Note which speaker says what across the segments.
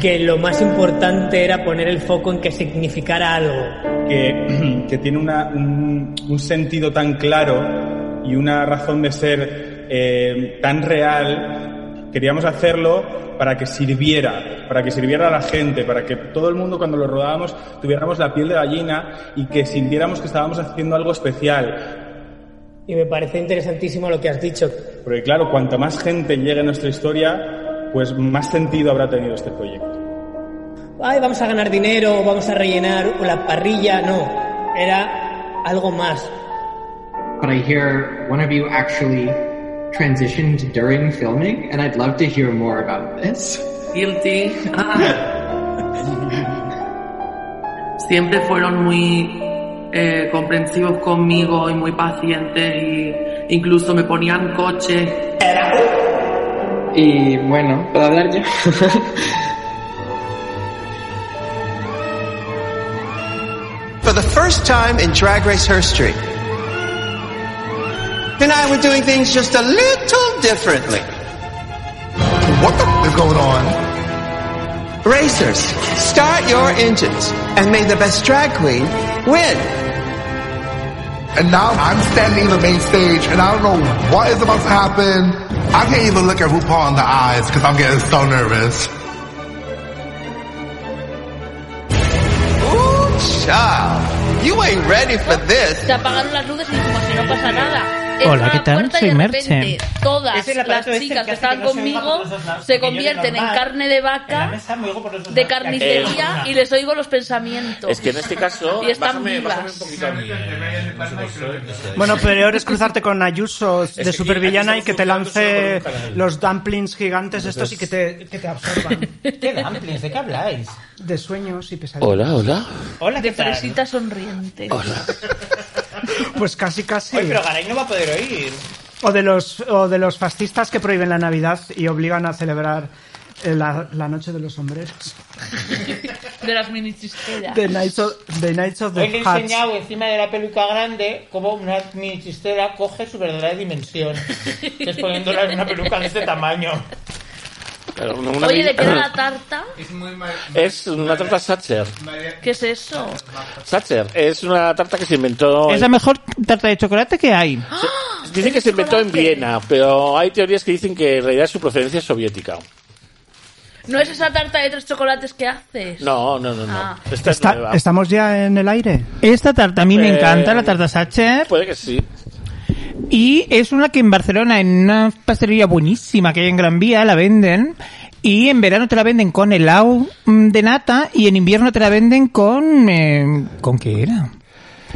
Speaker 1: que lo más importante era poner el foco en que significara algo.
Speaker 2: que, que tiene una- un, un sentido tan claro y una razón de ser eh, tan real, queríamos hacerlo para que sirviera, para que sirviera a la gente, para que todo el mundo cuando lo rodábamos tuviéramos la piel de gallina y que sintiéramos que estábamos haciendo algo especial.
Speaker 1: Y me parece interesantísimo lo que has dicho.
Speaker 2: Porque claro, cuanta más gente llegue a nuestra historia, pues más sentido habrá tenido este proyecto.
Speaker 1: Ay, vamos a ganar dinero, vamos a rellenar la parrilla. No, era algo más.
Speaker 3: But I hear one of you actually transitioned during filming, and I'd love to hear more about this.
Speaker 4: Guilty. Ah. Siempre fueron muy eh, comprensivos conmigo y muy pacientes y incluso me ponían coches.
Speaker 3: Y bueno, ¿puedo hablar yo?
Speaker 5: For the first time in Drag Race history, and I were doing things just a little differently.
Speaker 6: What the f- is going on?
Speaker 5: Racers, start your engines, and may the best drag queen win.
Speaker 6: And now I'm standing in the main stage and I don't know what is about to happen. I can't even look at RuPaul in the eyes because I'm getting so nervous.
Speaker 5: Ooh, child, you ain't ready for this.
Speaker 7: Se apagaron las luces y dijimos que no pasa nada. Entro
Speaker 8: Hola,
Speaker 7: a la
Speaker 8: ¿qué tal?
Speaker 7: puerta y
Speaker 8: Soy
Speaker 7: de repente
Speaker 8: Merche.
Speaker 7: Todas
Speaker 1: Ese es el
Speaker 7: las
Speaker 1: aparato este
Speaker 7: chicas
Speaker 1: que
Speaker 7: que
Speaker 1: hace que
Speaker 7: estaban
Speaker 1: no se oiga por
Speaker 7: conmigo
Speaker 1: los dos lados,
Speaker 7: se
Speaker 1: que yo
Speaker 7: convierten en
Speaker 1: normal.
Speaker 7: carne de vaca, de carnicería
Speaker 9: Eh,
Speaker 7: y les oigo los pensamientos.
Speaker 10: Es que en este caso.
Speaker 7: Y están
Speaker 10: básame-
Speaker 7: vivas.
Speaker 10: básame un poquito a mí.
Speaker 9: eh,
Speaker 8: Bueno, peor es cruzarte con Ayuso de
Speaker 10: aquí-
Speaker 8: supervillana
Speaker 10: aquí
Speaker 8: y que te
Speaker 10: estamos jugando
Speaker 8: lance
Speaker 10: solo con un canal.
Speaker 8: los dumplings gigantes estos y que te, que te absorban.
Speaker 9: ¿Qué dumplings? ¿De qué habláis?
Speaker 8: De sueños y pesadillas.
Speaker 10: Hola, hola.
Speaker 9: Hola,
Speaker 7: de
Speaker 9: ¿qué tal?
Speaker 7: fresitas sonrientes.
Speaker 8: Pues casi, casi.
Speaker 9: Oye, pero Garay no va a poder oír.
Speaker 8: O, de los, o de los fascistas que prohíben la Navidad y obligan a celebrar eh, la, la noche de los hombreros.
Speaker 7: De las mini chisqueras.
Speaker 8: The Nights of the, Knights of the
Speaker 9: Hoy le he
Speaker 8: Hats.
Speaker 9: enseñado encima de la peluca grande cómo una mini chistera coge su verdadera dimensión. que es poniéndola en una peluca de este tamaño.
Speaker 10: Una- una-
Speaker 7: Oye, ¿de qué era la tarta?
Speaker 10: Es una tarta Satcher.
Speaker 7: ¿Qué es eso?
Speaker 10: Satcher es una tarta que se inventó.
Speaker 9: Es
Speaker 8: la mejor tarta de chocolate que hay.
Speaker 10: Dicen que se inventó en Viena, pero hay teorías que dicen que en realidad su procedencia es soviética.
Speaker 7: ¿No es esa tarta de tres chocolates que haces?
Speaker 10: No, no, no, no.
Speaker 7: Ah.
Speaker 10: Esta es
Speaker 8: Está-
Speaker 10: nueva.
Speaker 8: ¿Estamos ya en el aire?
Speaker 11: Esta tarta a mí me
Speaker 10: Eh,
Speaker 11: encanta, la tarta Sacher.
Speaker 10: Puede que sí.
Speaker 11: Y es una que en Barcelona, en una pastelería buenísima que hay en Gran Vía, la venden. Y en verano te la venden con helado mm, de nata y en invierno te la venden con... eh, ¿Con qué era?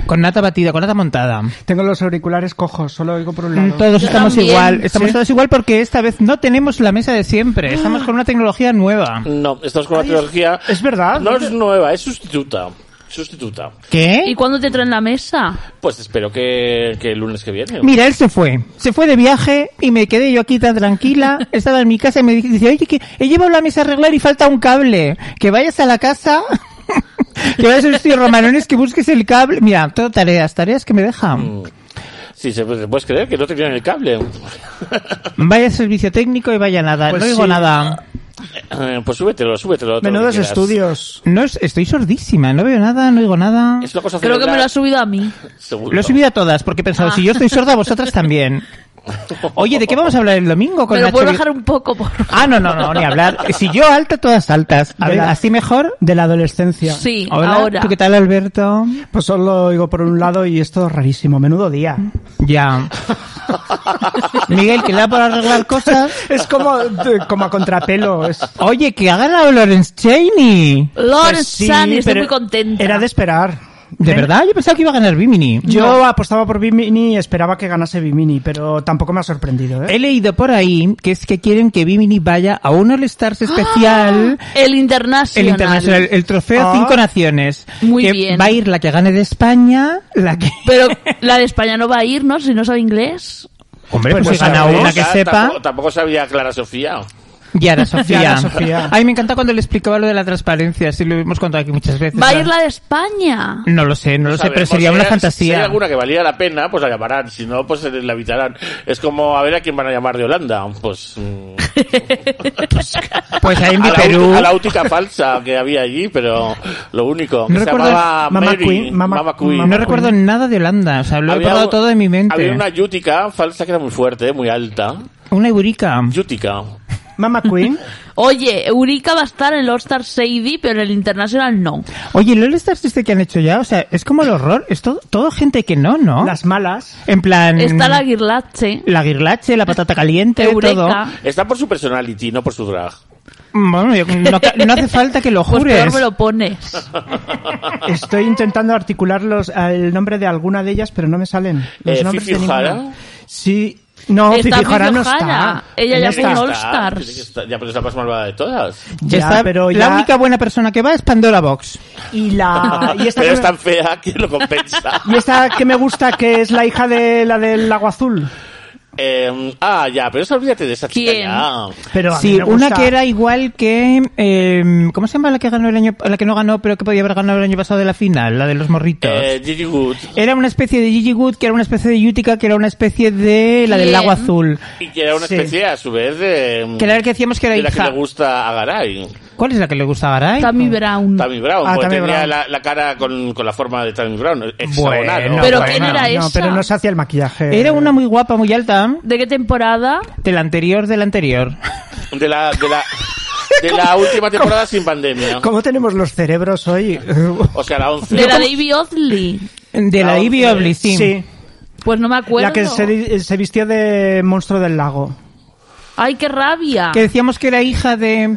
Speaker 11: Con nata batida, con nata montada.
Speaker 8: Tengo los auriculares cojos, solo oigo por un
Speaker 11: Mm,
Speaker 8: lado.
Speaker 11: Todos
Speaker 7: Yo
Speaker 11: estamos
Speaker 7: también.
Speaker 11: igual, estamos todos igual porque esta vez no tenemos la mesa de
Speaker 7: Ah.
Speaker 11: siempre, estamos con una tecnología nueva.
Speaker 10: No, estamos con la tecnología.
Speaker 8: es verdad.
Speaker 10: No es nueva, es sustituta. Sustituta.
Speaker 7: ¿Y
Speaker 11: ¿Qué?
Speaker 7: cuándo te traen la mesa?
Speaker 10: Pues espero que, que el lunes que viene.
Speaker 11: Mira, él se fue, se fue de viaje y me quedé yo aquí tan tranquila, estaba en mi casa y me dice, oye, que he llevado la mesa a arreglar y falta un cable, que vayas a la casa, que vayas a los tíos romanones, que busques el cable. Mira, todo tareas, tareas que me
Speaker 8: Mm.
Speaker 11: dejan.
Speaker 10: Sí, se puede- puedes creer que no tenían el cable.
Speaker 11: Vaya servicio técnico y vaya nada,
Speaker 8: Pues
Speaker 11: no digo
Speaker 8: sí.
Speaker 11: nada.
Speaker 10: Eh, pues súbetelo, súbetelo. todo lo
Speaker 8: Menudos
Speaker 10: que quieras.
Speaker 8: estudios.
Speaker 11: No, es- estoy sordísima, no veo nada, no digo nada.
Speaker 10: Es una cosa
Speaker 7: Creo que me
Speaker 10: cerebral,
Speaker 7: lo ha subido a mí.
Speaker 10: seguro.
Speaker 11: Lo he subido a todas porque he pensado, si yo estoy sorda, vosotras también. Oye, ¿de qué vamos a hablar el domingo con
Speaker 7: ¿Me lo
Speaker 11: Nacho
Speaker 7: puedo
Speaker 11: Vi-
Speaker 7: bajar un poco, por favor?
Speaker 11: Ah, no, no, no, ni hablar. Si yo alta, todas altas. A
Speaker 8: De
Speaker 11: ver,
Speaker 8: la-
Speaker 11: así mejor.
Speaker 8: De la adolescencia.
Speaker 7: Sí,
Speaker 11: Hola,
Speaker 7: ahora.
Speaker 11: ¿tú qué tal, Alberto?
Speaker 8: Pues solo oigo por un lado y esto es rarísimo. Menudo día.
Speaker 11: Ya. Miguel, que le da por arreglar cosas.
Speaker 8: Es como, de- como a contrapelo. Es,
Speaker 11: Oye, que ha ganado Lawrence Cheney.
Speaker 7: Lawrence
Speaker 8: Pues sí,
Speaker 7: Sun, Oh, estoy
Speaker 8: pero
Speaker 7: muy contenta.
Speaker 8: Era de esperar.
Speaker 11: ¿De
Speaker 8: Ven-
Speaker 11: verdad? Yo pensaba que iba a ganar Bimini.
Speaker 8: ¿Eh? Yo apostaba por Bimini y esperaba que ganase Bimini, pero tampoco me ha sorprendido, ¿eh?
Speaker 11: He leído por ahí que es que quieren que Bimini vaya a un All Stars especial.
Speaker 7: Ah, El internacional.
Speaker 11: El internacional, el trofeo
Speaker 8: Ah.
Speaker 11: Cinco Naciones.
Speaker 7: Muy
Speaker 11: Que
Speaker 7: bien.
Speaker 11: Va a ir la que gane de España, la que...
Speaker 7: Pero la de España no va a ir, ¿no? Si no sabe inglés.
Speaker 11: Hombre,
Speaker 8: pues
Speaker 11: pues,
Speaker 8: si
Speaker 11: gana
Speaker 8: sabes.
Speaker 11: una que
Speaker 10: Ah,
Speaker 11: sepa.
Speaker 10: Tampoco, tampoco sabía Clara Sofía.
Speaker 11: Yara Sofía.
Speaker 8: Yara Sofía.
Speaker 11: Ay, me encanta cuando le explicaba lo de la transparencia, si lo hemos contado aquí muchas veces.
Speaker 7: Va a ir la de España.
Speaker 11: No lo sé, no lo sé, pero
Speaker 10: Sabemos,
Speaker 11: sería
Speaker 10: si
Speaker 11: una
Speaker 10: hay- Si hay
Speaker 11: fantasía.
Speaker 10: alguna que valiera la pena, pues la llamarán. Si no, pues la evitarán. Es como a ver a quién van a llamar de Holanda. Pues. mm,
Speaker 11: Pues ahí en
Speaker 10: a, la,
Speaker 11: Perú.
Speaker 10: ut- a la útica falsa que había allí, pero lo único.
Speaker 11: No
Speaker 10: se
Speaker 11: recuerdo-
Speaker 10: llamaba
Speaker 11: Mama
Speaker 10: Mary,
Speaker 11: Queen, Mama-
Speaker 10: Mama Queen.
Speaker 11: no recuerdo nada de Holanda, o sea, lo he
Speaker 10: Había
Speaker 11: recordado
Speaker 10: un-
Speaker 11: todo de mi mente.
Speaker 10: Había una yútica falsa que era muy fuerte, muy alta.
Speaker 11: Una eurica.
Speaker 10: Yútica.
Speaker 11: Mama Queen.
Speaker 7: Oye, Eureka va a estar en el All Star 6D, pero en el International
Speaker 11: Mm.
Speaker 7: no.
Speaker 11: Oye, ¿lo Stars este que han hecho ya? O sea, es como el horror. Es todo, todo gente que no, ¿no? Las malas. En plan...
Speaker 7: Está la Guirlache.
Speaker 11: la guirlache, la patata caliente,
Speaker 7: Eureka.
Speaker 11: todo.
Speaker 10: Eh, Está por su personality, no por su drag.
Speaker 11: Bueno, yo- no, ca- no hace falta que lo
Speaker 7: Pues
Speaker 11: jures.
Speaker 7: peor me lo pones.
Speaker 8: Estoy intentando articular los, el nombre de alguna de ellas, pero no me salen. Los
Speaker 10: Eh,
Speaker 8: nombres
Speaker 10: Fifi
Speaker 8: de ninguna.
Speaker 10: O'Hara.
Speaker 8: Sí. No,
Speaker 7: Está
Speaker 8: Fifi O'Hara
Speaker 7: Fifi
Speaker 8: no
Speaker 7: O'Hara.
Speaker 8: está.
Speaker 7: Ella
Speaker 8: Ella
Speaker 7: ya
Speaker 8: está.
Speaker 7: fue un
Speaker 10: Está,
Speaker 7: All Star.
Speaker 10: tiene que estar- Ya, pero es la más malvada de todas.
Speaker 8: Ya,
Speaker 11: Está-
Speaker 8: pero
Speaker 11: La
Speaker 8: ya-
Speaker 11: única buena persona que va es Pandora Box.
Speaker 8: Y la. Y esta,
Speaker 10: pero
Speaker 8: que
Speaker 10: es
Speaker 8: me,
Speaker 10: tan fea que lo compensa.
Speaker 8: y esta que me gusta, que es la hija de la del Lago Azul.
Speaker 10: Eh, ah, ya, pero eso olvídate de esa chica
Speaker 7: ¿Quién?
Speaker 10: ya.
Speaker 8: Pero a mí
Speaker 11: Sí,
Speaker 8: me
Speaker 11: una
Speaker 8: gusta.
Speaker 11: que era igual que... eh, ¿Cómo se llama la que ganó el año... La que no ganó, pero que podía haber ganado el año pasado de la final? La de los morritos.
Speaker 10: Eh, Gigi Good.
Speaker 11: Era una especie de Gigi Good, que era una especie de Yutica, que era una especie de la del
Speaker 7: ¿Quién?
Speaker 11: lago azul.
Speaker 10: Y que era una
Speaker 11: Sí.
Speaker 10: especie, a su vez, de... mm,
Speaker 11: Que era la que decíamos que era
Speaker 10: de la
Speaker 11: hija.
Speaker 10: que le gusta a Garay.
Speaker 11: ¿Cuál es la que le gusta a Garay?
Speaker 7: Tammy Brown.
Speaker 10: Tammy Brown,
Speaker 8: Ah,
Speaker 10: porque
Speaker 8: Tammy
Speaker 10: tenía
Speaker 8: Brown.
Speaker 10: La, la cara con, con la forma de Tammy Brown, hexagonal. ¿no?
Speaker 7: Pero ¿quién era
Speaker 8: Ah, No,
Speaker 7: esa?
Speaker 8: pero no se hacía el maquillaje.
Speaker 11: Era una muy guapa, muy alta,
Speaker 7: ¿De qué temporada?
Speaker 11: del anterior, del anterior.
Speaker 10: De la, de la, de la última temporada sin pandemia.
Speaker 8: ¿Cómo tenemos los cerebros hoy?
Speaker 10: O sea, la 11.
Speaker 7: De la Davy Otley.
Speaker 11: De la
Speaker 10: Ah,
Speaker 11: Ivy
Speaker 10: hombre.
Speaker 11: Obli, sí.
Speaker 8: eh, sí.
Speaker 7: Pues no me acuerdo.
Speaker 8: La que se, di- se vistió de monstruo del lago.
Speaker 7: Ay, qué rabia.
Speaker 11: Que decíamos que era hija de...